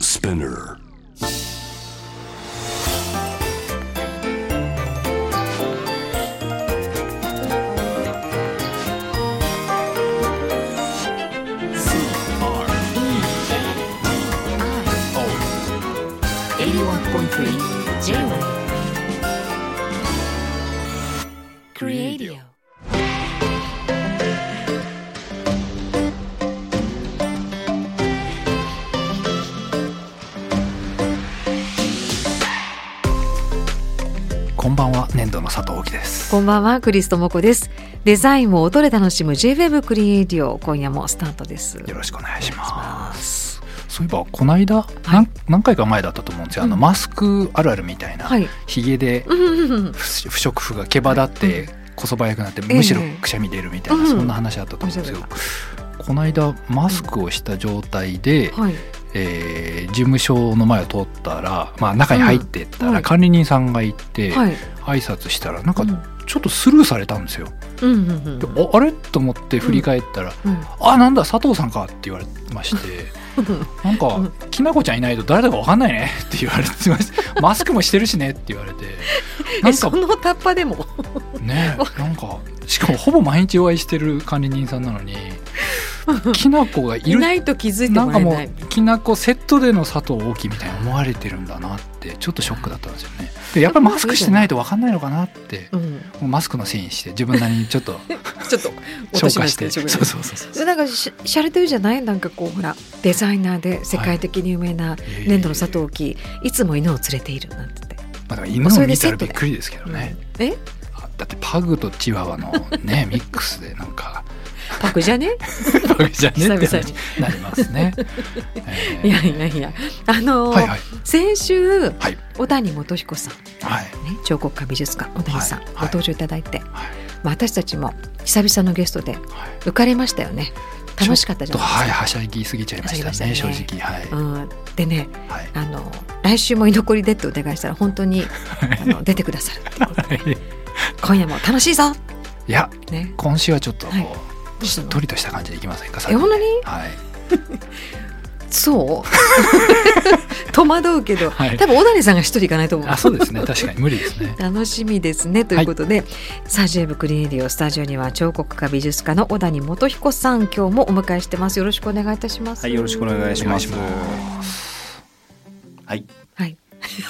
Spinner. 81.3 J-Wave Creadio. こんばんは粘土の佐藤貴ですこんばんはクリストモコですデザインを音で楽しむ J-Wave クリエイディオ今夜もスタートですよろしくお願いしお願いしまますそういえばこの間、なん何回か前だったと思うんですよ、あうのんマスクあるあるみたいな、はいひげでうんうんうんうん不不織布が毛羽立ってこそばやくなってむしろくしゃみ出るみたいな、ええそんな話あったと思うんですけど、この間マスクをした状態で、はいえー事務所の前を通ったら、まあ、中に入ってったうんはらい管理人さんがいて、はい挨拶したらなんかうんちょっとスルーされたんですよ。うんうんうんでああれと思って振り返ったら「うんあなんだ佐藤さんか」って言われま して「なんうかんきなこちゃんいないと誰だか分かんないね」 って言われてま したマスクもしてるしね」って言われてなえんそかのタッパでもねなんかしかもほぼ毎日お会いしてる管理人さんなの にきなこがいいるないと気づいてなもんからえもないうきなこセットでの佐藤大きみたいに思われてるんだなってちょっとショックだったんですよねでやっぱりマスクしてないと分かんないのかなってうんもうマスクのせいにして自分なりにちょっ とちょっと落消としま化ししてて自そう分でそうそうそうでなんかししゃれてるじゃないなんかこうほらデザイナーで世界的に有名な粘土の佐藤貴、いつも犬を連れているなんて言って、まあ、でも犬を見たらびっくりですけどうんね、えあだってパグとチワワの ねミックスでなんかパクじゃね パグじゃねって久々話になりますね、えーいやいやいやあのーはいはい先週、はい小谷元彦さん、はいね、彫刻家美術館小谷さん、はいご登場いただいて、はいまあ、私たちも久々のゲストではい浮かれましたよね楽しかったじちゃょっとないはいはしゃぎすぎちゃいましたねはしゃぎました正ね直はい、うん、でねはいあの来週も居残りでってお願いしたら本当にあの出てくださるっていうことで今夜も楽しいぞいやね今週はちょっとこう、はいどうししたっのとりとした感じでいきませんかえ本当にはいそ う戸惑うけど、はい多分小谷さんが一人行かないと思うあそうですね確かに無理です ね楽しみですねということで、サージュエブクリエディオスタジオには彫刻家美術家の小谷元彦さん今日もお迎えしてますよろしくお願いいたしますはい、よろしくお願いします。お願いしはい、はい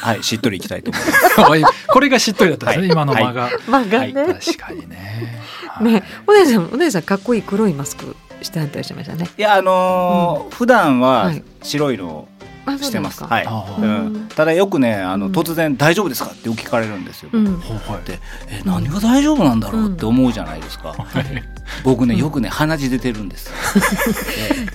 はい、しっとりいきたいと思います。おいこれがしっとりだったんですね、は今いの間が、まあがはね、い確かにねはいね小谷さん小谷さんかっこいい黒いマスクしてあったりしましたねいや、あのー普段ははい白いのあをしてます。そうなんはでい。あうーん、ただよくね、あうのん突然大丈夫ですかってよく聞かれるんですすよ。かうんほうはいでえ何が大丈夫なんだろうって思うじゃないですか。はい僕ねうんよくね鼻血出てるんです。え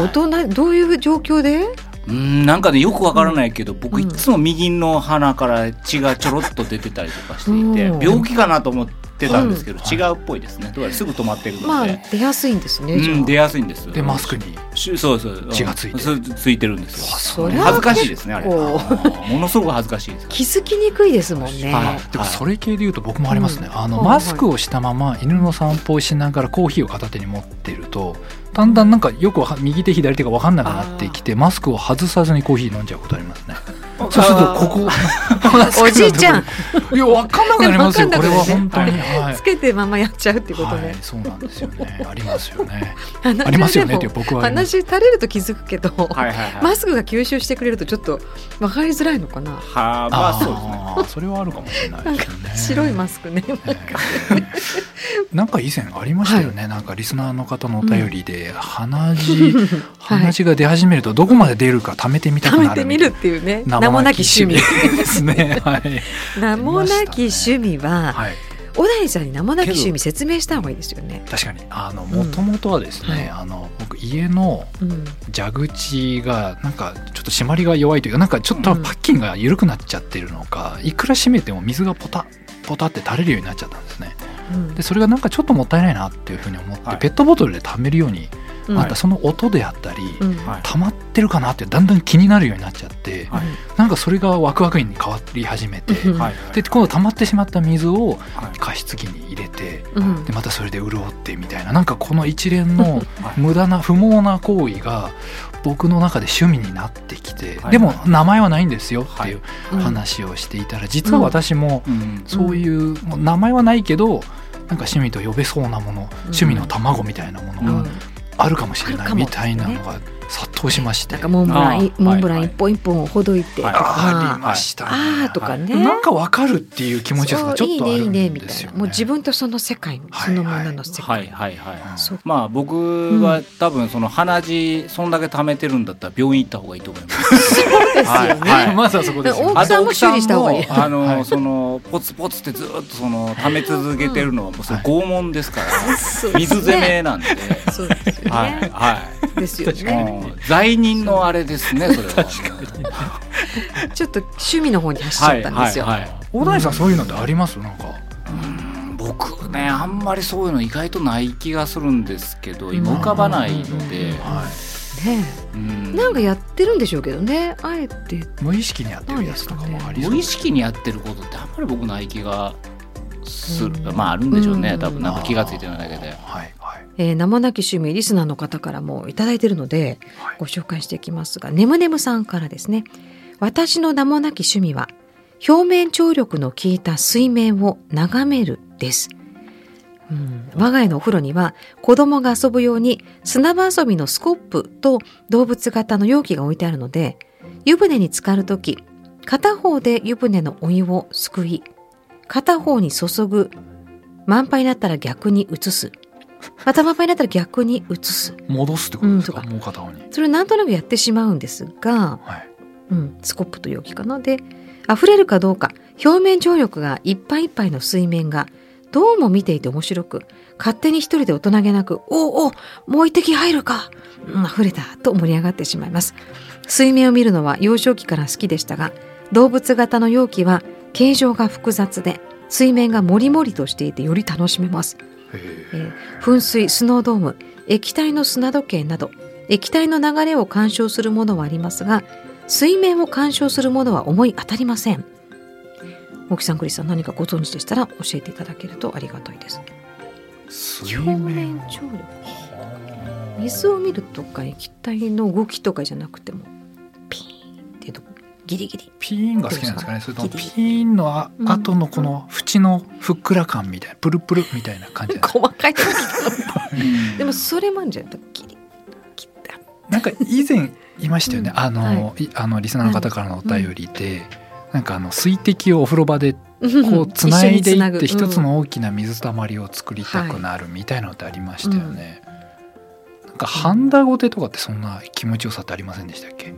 大人どういう状況でうんなんかねよくわからないけど、う僕んいつも右の鼻から血がちょろっと出てたりとかしていて、うん病気かなと思ってたんですけど、うん違うっぽいですね。どうやらすぐ止まってるので、まあ出やすいんですねじゃあうん出やすいんです。でマスクにしそうそう血がついてるそうついてるんですあよそそれは恥ずかしいですねあれ結構あものすごく恥ずかしい です気づきにくいですもんね、はでもそれ系で言うと僕もありますね、うんあのはいはいマスクをしたまま犬の散歩をしながらコーヒーを片手に持ってるとだんだんなんかよくわか右手左手が分かんなくなってきてマスクを外さずにコーヒー飲んじゃうことありますねそうするとここマスクのとこ おじいちゃんいや分かんなくなりますよ わかこれはんなくなるね本当にはいつけてままやっちゃうってことはねい、、そうなんですよねありますよね話ありますよねでっもて僕はあります話垂れると気づくけど、はいはいはいマスクが吸収してくれるとちょっと分かりづらいのかな。はあまあそうですねあーそれはあるかもしれないですよね白いマスクね。 なんか以前ありましたよね、なんかリスナーの方のお便りで、鼻血 鼻血が出始めるとどこまで出るか貯めてみたく貯めなてるみみたいるっなていうね。名もなき趣味。味ですね はい、名もなき趣味は、はい、小谷さんに名もなき趣味説明した方がいいですよね。確かにあのうもんともとはですね、はいあの僕家のうん。蛇口がなんかちょっと締まりが弱いというかなんかちょっとうんパッキンが緩くなっちゃってるのか、いくら締めても水がポタポタって垂れるようになっちゃったんですねうんでそれがなんかちょっともったいないなっていうふうに思って、はいペットボトルで貯めるようにうんまたその音であったり、うんはい溜まってるかなってだんだん気になるようになっちゃってはいなんかそれがワクワクに変わり始めて、うんはいで今度溜まってしまった水をはい加湿器に入れてうんでまたそれで潤ってみたいななんかこの一連のはい無駄な不毛な行為が僕の中で趣味になってきて、はいでも名前はないんですよっていううん話をしていたら、実は私もうんそういう、もう名前はないけどなんか趣味と呼べそうなもの、趣味の卵みたいなもうのんがあるかもしれなあるいかもみたいなのが殺到しまして、なんかモンブラあンーモンブラはンい一本一本をほどいて、はいありあましたね、あーとかねはいなんかわかるっていう気持ちがーちょっとあいいねいるいんねみでたすいよ、なね。もう自分とその世界そのものの世界、はいはいはいうんそうまあ僕は多分その鼻血そんだけ溜めてるんだったら病院行った方がいいと思います。ですよね、は いまずはそこですよ、大ねき。さんも修理した方がいいあと奥さんもあはのいそのポツポツってずっとその溜め続けてるのはもうそれはい拷問ですからそうです水ね攻めなんで。そうですよね、はいはですよい。ねもう罪人のあれですねそれ は。ちょっと趣味の方に走っちゃったんですよ、はいはいはい大谷さんそういうのってありますなんか。僕ねあんまりそういうの意外とない気がするんですけど今うん浮かばないので、はねうんえなんかやってるんでしょうけどねあえてい、無意識にやってるやつとかもありそう無意識にやってることってあんまり僕ない気がする、うんまああるんでしょうね、うん多分なんか気がついてないだけで。はいはいえー生なき趣味リスナーの方からもいただいているのではいご紹介していきますが、ねむねむさんからですね私の名もなき趣味は表面張力の効いた水面を眺めるです、うん、我が家のお風呂には子供が遊ぶように砂場遊びのスコップと動物型の容器が置いてあるので湯船に浸かる時片方で湯船のお湯をすくい片方に注ぐ満杯になったら逆に移すまた満杯になったら逆に移す戻すってことですうか、んともう片方に。それをなんとなくやってしまうんですが、はい。うん、スコップと容器かなで溢れるかどうか表面張力がいっぱいいっぱいの水面がどうも見ていて面白く勝手に一人で大人げなく「おうおうもう一滴入るか、うん、溢れた」と盛り上がってしまいます水面を見るのは幼少期から好きでしたが動物型の容器は形状が複雑で水面がもりもりとしていてより楽しめますへえー噴水スノードーム液体の砂時計など液体の流れを鑑賞するものはありますが水面を鑑賞するものは思い当たりません木さんクリスさん何かご存知でしたら教えていただけるとありがたいです水表面張力水を見るとか液体の動きとかじゃなくてもピーンっていうとこギリギリピーンが好きなんですかね。それともギリピーンのあうん後のこの縁のふっくら感みたいなプルプルみたいな感じなんですか。細かいとこう んでもそれもあるんじゃないギリギリなんか以前いましたよね。うんあの、いあのリスナーの方からのお便りで、なんかあの水滴をお風呂場でこうつないでいって一つの大きな水たまりを作りたくなるみたいなのってありましたよね。なんかハンダゴテとかってそんな気持ちよさってありませんでしたっけ？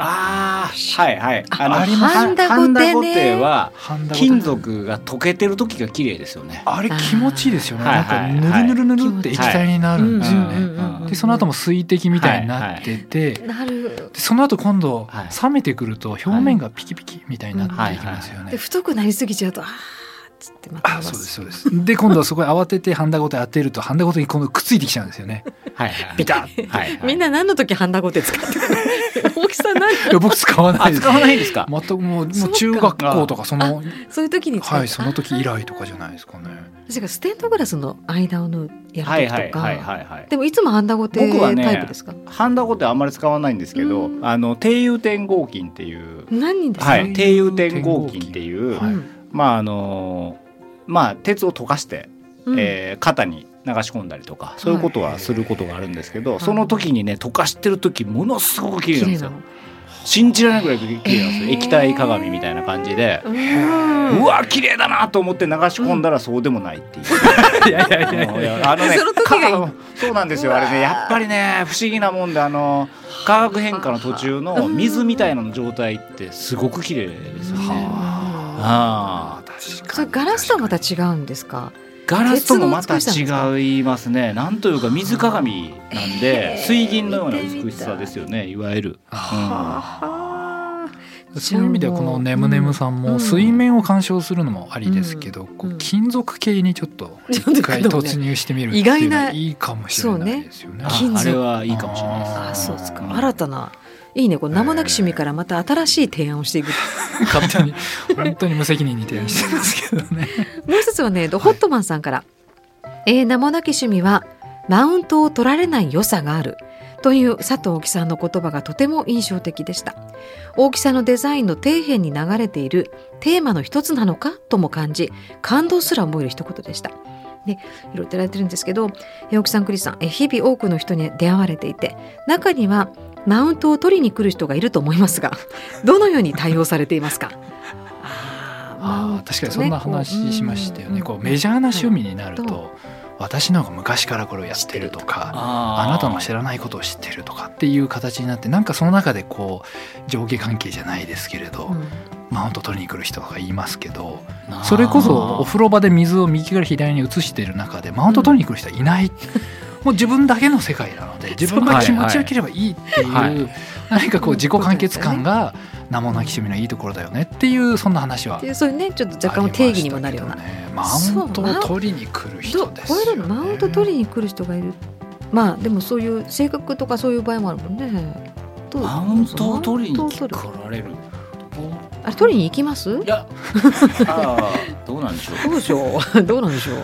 ああはいはい。あのありますハンダゴテハンダゴテはハンダゴテ金属が溶けてる時が綺麗ですよね。あれ気持ちいいですよね。あなんーかぬるぬるぬるって液体になるんですよはいはいはいね。うんでその後も水滴みたいになってて、なるでその後今度はい冷めてくると表面がピキピキみたいになっていきますよね。で太くなりすぎちゃうとあーっつってまたあ、そうですそうです。で今度はそこへ慌ててハンダゴテ当てるとハンダゴテに今度くっついてきちゃうんですよね。はいはい。ビタッ。はいはい。みんな何の時ハンダゴテ使ってるの大きさ何いや僕使わないあです使。わないんですか。全くもうもそううか中学校とかその そういう時に使うはいその時以来とかじゃないですかね。確かステンドグラスの間を縫うやはいる時とか、はいはいはいはい。でもいつもハンダゴテ僕はねタイプですか、ハンダゴテはあんまり使わないんですけど、うんあの低融点合金っていう。何人ですか、は低い、融低融点合金っていう、はいうんまああのまあ鉄を溶かして、うんえー肩に流し込んだりとかそういうことはすることがあるんですけど、いその時にね溶かしてる時ものすごく綺麗綺なん麗ですなよの信じられないぐらい綺麗なんですよ、へー液体鏡みたいな感じで、うんうわ綺麗だなと思って流し込んだらそうでもないっていう、いやいやいやいもうや。あのねその時がいいかそうなんですようわあーれねやっぱりね不思議なもんであの化学変化の途中の水みたいなの状態ってすごく綺麗ですよね。はああー確そかれに。ガラスとはまた確違うんですかガラスともまた違いますね。なんというか水鏡なんえで、ー水銀のような美しさですよね。いわゆる。かに。あうんはあそういう意味ではこの「ねむねむ」さんうんも水面を鑑賞するのもありですけど、こう金属系にちょっと一回突入してみるっていうのはいいかもしれないですよね。あ金属あれはいいかもしれないですあそうですかうん新たないいねこう名もなき趣味からまた新しい提案を していく、勝手に本当に無責任に提案してますけどね。 もう一つはねドホットマンさんから「えー名もなき趣味はマウントを取られない良さがある」という佐藤大木さんの言葉がとても印象的でした大木さんのデザインの底辺に流れているテーマの一つなのかとも感じ感動すら思える一言でしたでいろいろいただいてるんですけどえー大木さんクリスさんえー日々多くの人に出会われていて中にはマウントを取りに来る人がいると思いますが どのように対応されていますかあーマウンあトー確かにそんな話しましたよね。こうメジャーな趣味になると私なんか昔からこれをやってるとか。ああーなたの知らないことを知ってるとかっていう形になってなんかその中でこう上下関係じゃないですけれど、うんマウント取りに来る人がいますけどそれこそお風呂場で水を右から左に移している中でマウント取りに来る人はいない、もう自分だけの世界な ので自分が気持ちよければいいっていう、はい何かこう自己完結感が名もなき趣味のいいところだよねっていうそんな話はっていうそういうねちょっと若干の定義にもなるようなあ。りましたけどねマウントを取りに来る人どですこうよ、いうね、のマウント取りに来る人がいるまあでもそういう性格とかそういう場合もあるもんね。どうマウントを取りに来マウントを取るられるあれ取りに行きますいやあーどうなんでしょどううでしょう どうなんでしょう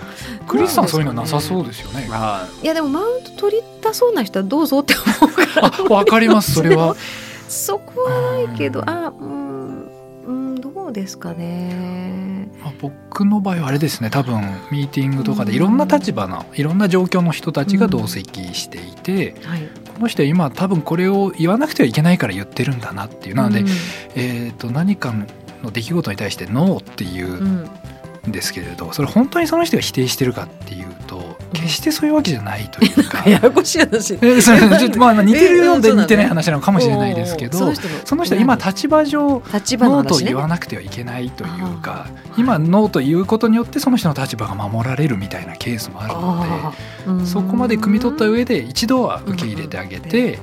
クリスさんそういうのなさそうですよねはいやでもマウント取りたそうな人はどうぞって思うから あわかりますそれはそこはないけどあうんうんどうですかねあ僕の場合はあれですね多分ミーティングとかでいろんな立場のいろんな状況の人たちが同席していて、はいこの人は今多分これを言わなくてはいけないから言ってるんだなっていうなので、うんえー、と何かの出来事に対して「ノー」っていううんんですけれどそれ本当にその人が否定してるかっていうと決してそういうわけじゃないという か。ややこしい話えそうちょっとまあまあ似てるようえでそうなの似てない話なのかもしれないですけおーおどーその人は今立場上立場のノーと話ね言わなくてはいけないというか今ノーということによってその人の立場が守られるみたいなケースもあるのあーうでんそこまで汲み取った上で一度は受け入れてあげて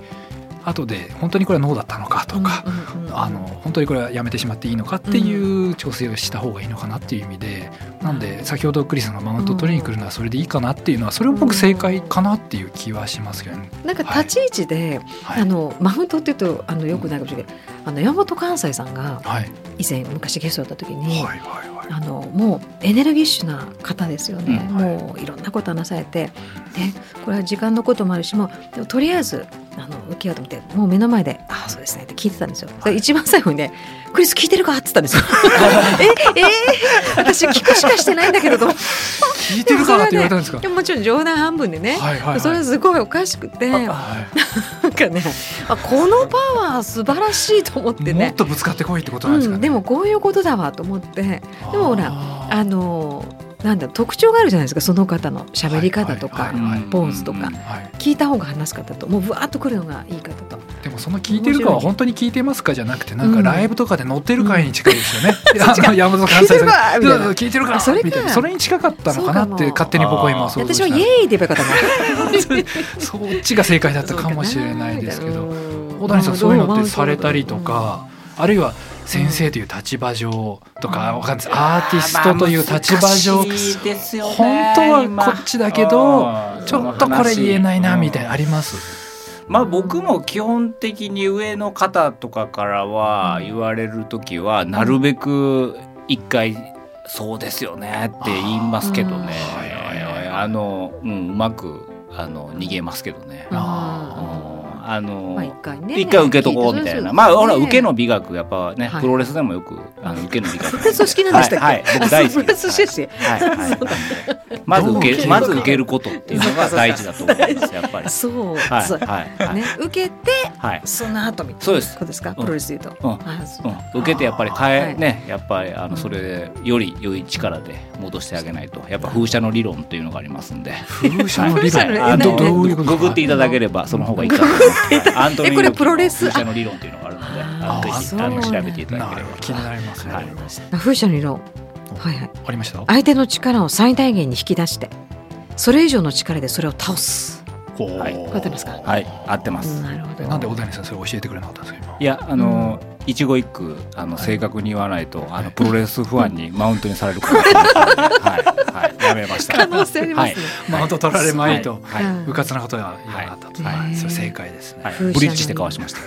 後で本当にこれはノーだったのかとかうんうんうんあの本当にこれはやめてしまっていいのかっていう調整をした方がいいのかなっていう意味でなんで先ほどクリスさんがマウントを取りに来るのはそれでいいかなっていうのはそれは僕正解かなっていう気はしますけどね。なんか立ち位置で、はいあのマウントっていうとあのよくないかもしれないけどあの山本関西さんがはい以前昔ゲストだった時はいに、はいはいあのもうエネルギッシュな方ですよね、うんはいもういろんなこと話されて、ね、これは時間のこともあるしもうでもとりあえずあの受けようと思ってもう目の前で「ああそうですね」って聞いてたんですよ。で一番最後にね「クリス聞いてるか?」って言ったんで すよ。ええー、私聞くしかしてないんだけどと思って聞いてるかなって言われたんですか。でももちろん冗談半分でね、はいはいはい。それすごいおかしくて。はいなんかね、あこのパワー素晴らしいと思ってもっね。とぶつかってこいってことうなんですかね。ん、でもこういうことだわと思って、でもほらああのなんだ特徴があるじゃないですかその方の喋り方とはいかはいはいポーズとかうんーはい。聞いた方が話す方ともうぶわっとくるのがいい方とでもその聞いてるかは本当に聞いてますかじゃなくてなんかライブとかで乗ってる回に近いですよね。 あの山本関西さん聞い てるかみたいな聞いてるかあそれかみたいなそれに近かったのかなっそうかもて勝手に僕は今そう私はイエーイで言えばよかったな そっちが正解だったかもしれないですけど。小小谷さんそういうのってされたりとか、あるいは先生という立場上とか、わかんないですアーティストという立場上、本当はこっちだけどちょっとこれ言えないなみたいなあります。まあ僕も基本的に上の方とかからは言われる時はなるべく一回「そうですよね」って言いますけどねあーはいはいはいあの、うん、うまくあの逃げますけどね。うんうんあの、まあ一回ね一回受けとこうみたいな。まあ、ほら、受けの美学、やっぱねは、いプロレスでもよく、あの、受けの美学。プロレス好きなんでしたっけはいはい、僕大好あき そうプロレス出身はいはいはいまず受どけ、うまず受けることっていうのが大事だと思います、やっぱり。そう、はい、そうはい、はいね、受けてはい。その後みたいなそうですことですかんプロレスで言うと、うんあそううん、受けてやっぱり変はえいねやっぱりあうんのそれでより良い力で戻してあげないとやっぱ風車の理論っていうのがありますんで風車の理風車の論理論あえどのどういうことググっていただければその方がいいかと思いますアントニオえ これプロレス猪木の風車の理論っていうのがあるのでああのぜーひあのそうなんだ調べていただなけれるばほど気になりますね。はあいあ風車の色はいはいりました。相手の力を最大限に引き出してそれ以上の力でそれを倒すこうはいわかってますかはい合ってますなるほどなんで小谷さんそれ教えてくれなかったんですか今。いやあの一期一句あの正確に言わないと、あのプロレスファンにマ ウントにされるから、はいはいやめました可能性ありますねマウント取ら れまいとはいはうんうか つなことが言わなかったと、はいはいそれ正解ですね、いはい風車のブリッジして交わしました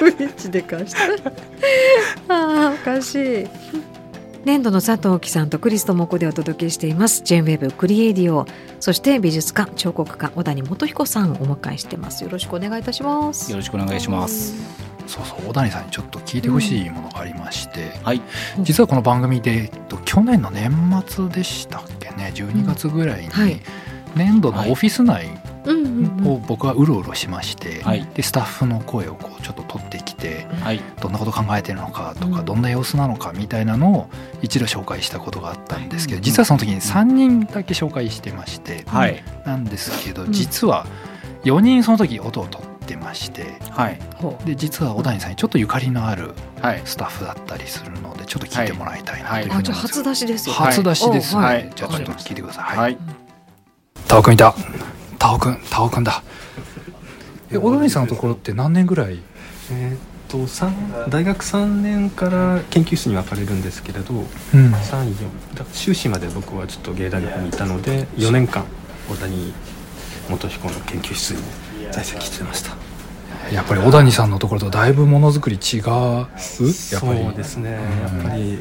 ブリッジで貸した あーおかしい年度の佐藤貴さんとクリストモコでお届けしています J-WAVE クリエイディオそして美術家彫刻家小谷元彦さんをお迎えしてますよろしくお願いいたしますよろしくお願いしますそうそう小谷さんにちょっと聞いてほしいものがありまして、はい実はこの番組でえっと去年の年末でしたっけね12月ぐらいに、はい年度のオフィス内うんうんうんを僕はうろうろしまして、はいでスタッフの声をこうちょっと取ってきてはいどんなこと考えてるのかとか、うんどんな様子なのかみたいなのを一度紹介したことがあったんですけど、はい実はその時に3人だけ紹介してまして、はいなんですけどん実は4人その時音を取ってましてはいほうで実は小谷さんにちょっとゆかりのあるはいスタッフだったりするのでちょっと聞いてもらいたいなとはいいうふうあにじゃあ思います初出しですよ初出しです、ねはいじゃあちょっと聞いてください、はいタオ君いたタオ君タオ君だえ小谷さんのところって何年ぐらいえーっと三大学3年から研究室に分かれるんですけれどうん34だ修士まで僕はちょっと芸大の方にいたので4年間小谷元彦の研究室に在籍してましたやっぱり小谷さんのところとだいぶものづくり違うやっぱりそうですねうんやっぱり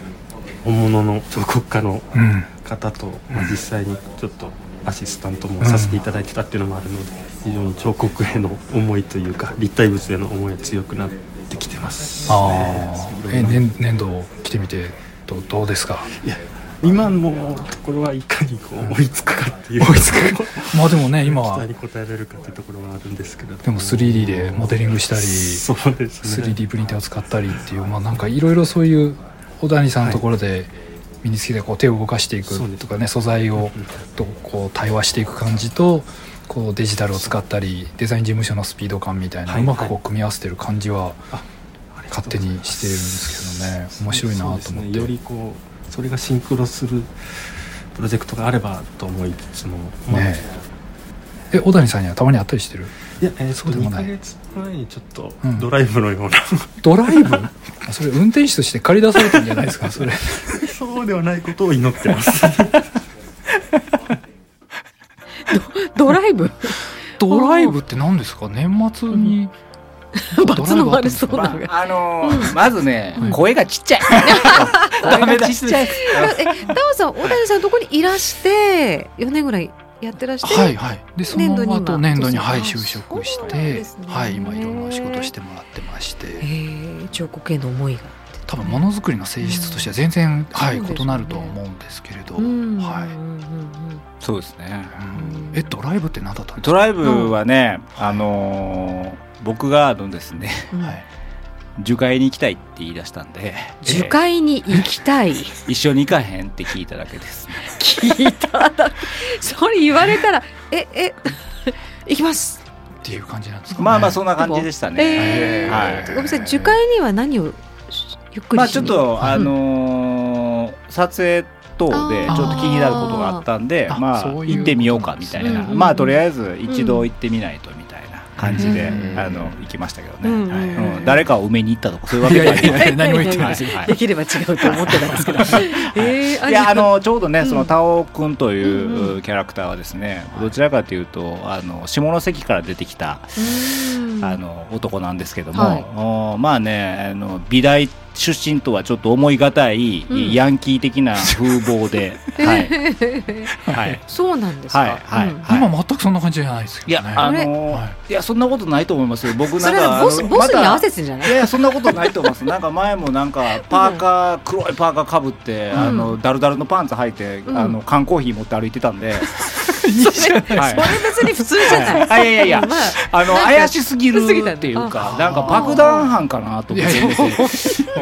本物の彫刻家のうん方と、まあ、実際にちょっとアシスタントもさせていただいてたっていうのもあるので非常に彫刻への思いというか立体物への思いが強くなってきてます、ねああ、いえろんな年年度来てみてどうどうですかいや今のところはいかにこう追いつくかっていう追いつくまあでもね今期は待に応えられるかっていうところはあるんですけれどもでも 3D でモデリングしたりそうですね 3D プリンターを使ったりっていうまあなんかいろいろそういう小谷さんのところで身につけてこう手を動かしていそうでくすとかね素材をうんとこう対話していく感じとこうデジタルを使ったりデザイン事務所のスピード感みたいなはいうまくこう組み合わせてる感じはありが勝と手うございにましてるんですけどね面白いなと思ってそうですねよりこうそれがシンクロするプロジェクトがあればと思いつつも、まあねえ小谷さんにはたまに会ったりしてるいや、えー、そそううででももない2ヶ月前にちょっとうんドライブのような、ドライブ あそれ運転手として借り出されてるんじゃないですかそ れそうではないことを祈ってます。 ドライ ブドライブって何ですか年末に、 罰の悪そうなまのがああのーまずねうん声がちっちゃい 声がちっちゃいえタオさん小谷さんのとこにいらして4年ぐらいやってらして、はいはいでその年度に後今年度にそうはいあ就職そうしなんて、ですねはい今いろんなお仕事してもらってましてえー、彫刻への思いが多分ものづくりの性質としては全然、はいそうですね異なると思うんですけれど、うんはい、うんうんうんそうですねうんえドライブって何だったんですドライブはね、あのー僕があのですねうんか、はい、樹海に行きたいって言い出したんで樹海に行きたいえー一緒に行かへんって聞いただけですね 聞いただけそれ言われたらええ 行きますっていう感じなんですか、ね、まあまあそんな感じでしたね、えーはいごめんなさい樹海には何をしゆっくりしにまあちょっとあのー撮影等でちょっと気になることがあったんであーまあそういうこと行ってみようかみたいな、うんまあとりあえず一度行ってみないとみたいな感じで、うんあの行きましたけどね、うんはいうんうん誰かを埋めに行ったとかそういうわいけやじゃないいやいや何も言ってないはでいすはいできれば違うと思ってたんですけど えーいやあじゃのちょうどねそのタオくんというんううキャラクターはですねどちらかというとあの下関から出てきたうんあの男なんですけどはいもおまあねあの美大出身とはちょっと思い難うんいヤンキー的な風 貌ではいはいそうなんですか、はいはいうんはい今全くそんな感じじゃないですいけやどねああれのはいいやそんなことないと思いますよ僕なそんれかはボスあのボスに合まわたせてんじゃないいやいやそんなことないと思います。なんか前もなんかパーカー黒いパーカーかぶって、んあのダルダルのパンツ履いて、うんあの缶コーヒー持って歩いてた んで、それはいそれ別に普通じゃない、はいあいやいやいや まああのなんか怪しすぎるすぎたねっていうかあなんか爆弾犯かなと思っていや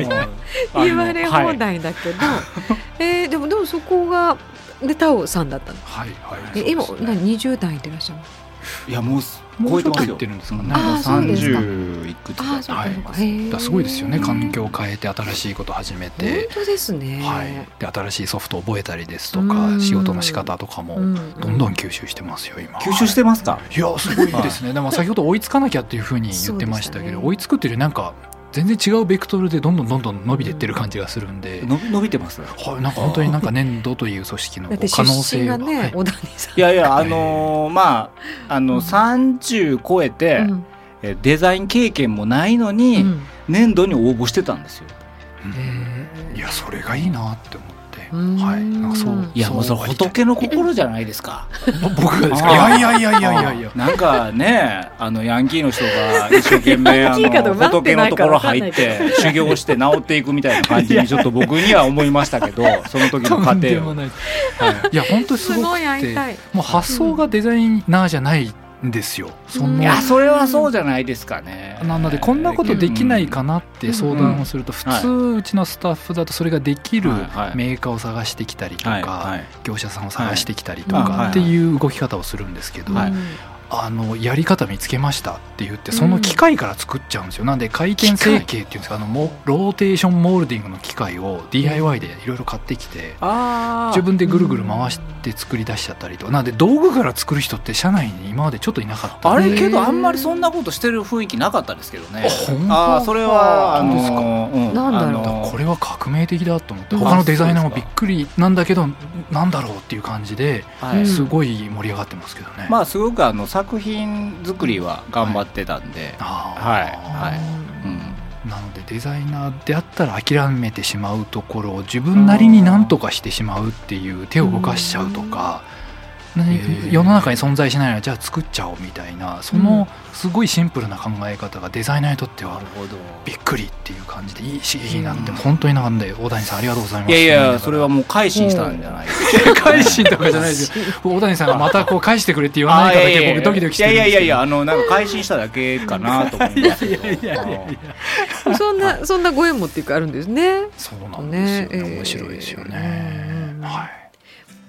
いやうん 言われ放はい題だけど、えーでもでもそこがでタオさんだったの。はいはいえ今そうですね何20代でいらっしゃるのいやもうも超うえちょっとてますいっよてるんですかね。あーそうですか30いくつああかそうかはいそうか、へーだからすごいですよね。環境を変えて新しいことを始め本て、当ですね、はい。で新しいソフトを覚えたりですとうか、ん仕事の仕方とかもうんどんどん吸収してますよ今。吸収してますかいやすごいですね。でも先ほど追いつかなきゃっていうふうに言ってましたけそうでしど、たね追いつくっていうよりなんか全然違うベクトルでどんどんどんどん伸びてってる感じがするんで、の伸びてますはいなんか本当になんか年度という組織のだこってう可能出身性ががね、はい小谷さんいやいやあのーまああうのん30超えて、うんえデザイン経験もないのに、うん年度に応募してたんですようんいやそれがいいなって思って、うんはい。なんかそういやもうそれありたい仏の心じゃないですか 僕がですあか。ーいやいやいやいやいやい や。なんかねあのヤンキーの人が一生懸命ヤあンキーかどのうか待って仏なのいとかこらろわかんな入いっけどて修行して治っていくみたいな感じにちょっと僕には思いましたけどその時の過とんで程もをない。いや本当にすごくい会いて、たいもう発想がデザイナーじゃないんですよ。そうんいのやそれはそうじゃないですかねなのでこんなことできないかなっうてん相談をすると普は通うちのスタッフだとそれができるはいはいメーカーを探してきたりとはいかはい業者さんを探してきたりとはいはいかっていう動き方をするんですけどはいあのやり方見つけましたって言ってうんその機械から作っちゃうんですよなんで回転成形っていうんですかあのもローテーションモールディングの機械を DIY でいろいろ買ってきてあ自分でぐるぐる回して作り出しちゃったりとかなんで道具から作る人って社内に今までちょっといなかったあんでれけどあんまりそんなことしてる雰囲気なかったですけどねあほんとああそれはあ本当ですかのーうなんんだろうあだからのーこれは革命的だと思ってうん他のデザイナーもびっくりなんだけどなんだろうっていう感じではいうんすごい盛り上がってますけどね。まあすごくあの作品作りは頑張ってたんで、あーはいうんなのでデザイナーであったら諦めてしまうところを自分なりに何とかしてしまうっていう手を動かしちゃうとか、何ー世の中に存在しないならじゃあ作っちゃおうみたいなそのすごいシンプルな考え方がデザイナーにとってはほどびっくりっていう感じでいい刺激になってうん本当になんで大谷さんありがとうございますいやいやそれはもう改心したんじゃ ないですか返しとかじゃ ないですよ。大谷さんがまたこう返してくれって言わないかだけ僕ドキドキしてるんいですやけど。いやいやあのなんか改心しただけかなと思い ますけどうんそんなそんなご縁もっていうかあるんですねそうなんですよね。ね面白いですようんうんねう。んはい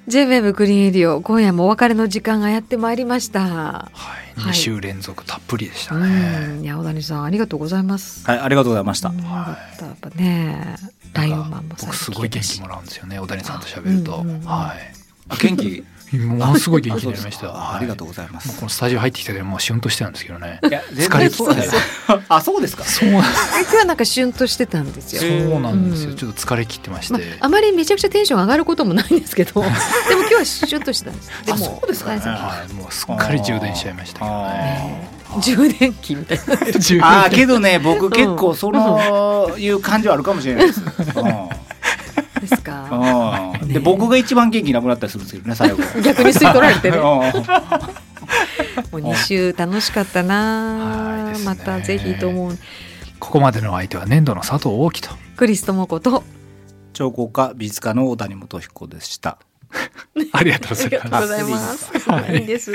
J-WEB クリーンエディオ今夜もお別れの時間がやってまいりました、はいはい二週連続たっぷりでしたうね。んいや小谷さんありがとうございます、はいありがとうございましたうんよかったやっぱねライオンマンもなんかさ僕すごい元気もらうんですよね。大谷さんと喋るあとうんうんうんはあ元気い。ものすごい元気になりましあそうですた。かありがとうう。ございまもうすこのスタジオ入ってきたけどもうシュンとしてたんですけどね。いや疲れ切った全然そうですあそうですかそうなん今日はなんかシュンとしてたんですよそうなんですうよ。んちょっと疲れ切ってましまあて。、あまりめちゃくちゃテンション上がることもないんですけ どでも今日はシュッとしたんですでもそうですかね大丈夫はい。もうすっかり充電しちゃいましたけどね。あ充電器みたい な充電器あーけどね僕結構そのいう感じ はあるかもしれないです、ですうかんうんで僕が一番元気なくなったりするんですけどね最後逆に吸い取られてるも はう2週楽しかったはいなであすねまたぜひと思うここまでのお相手は粘土の佐藤大樹と。クリス智子とい彫刻家美術家の小谷元彦でしたありがとうご あざりいがまとすうご。ざいますいいんです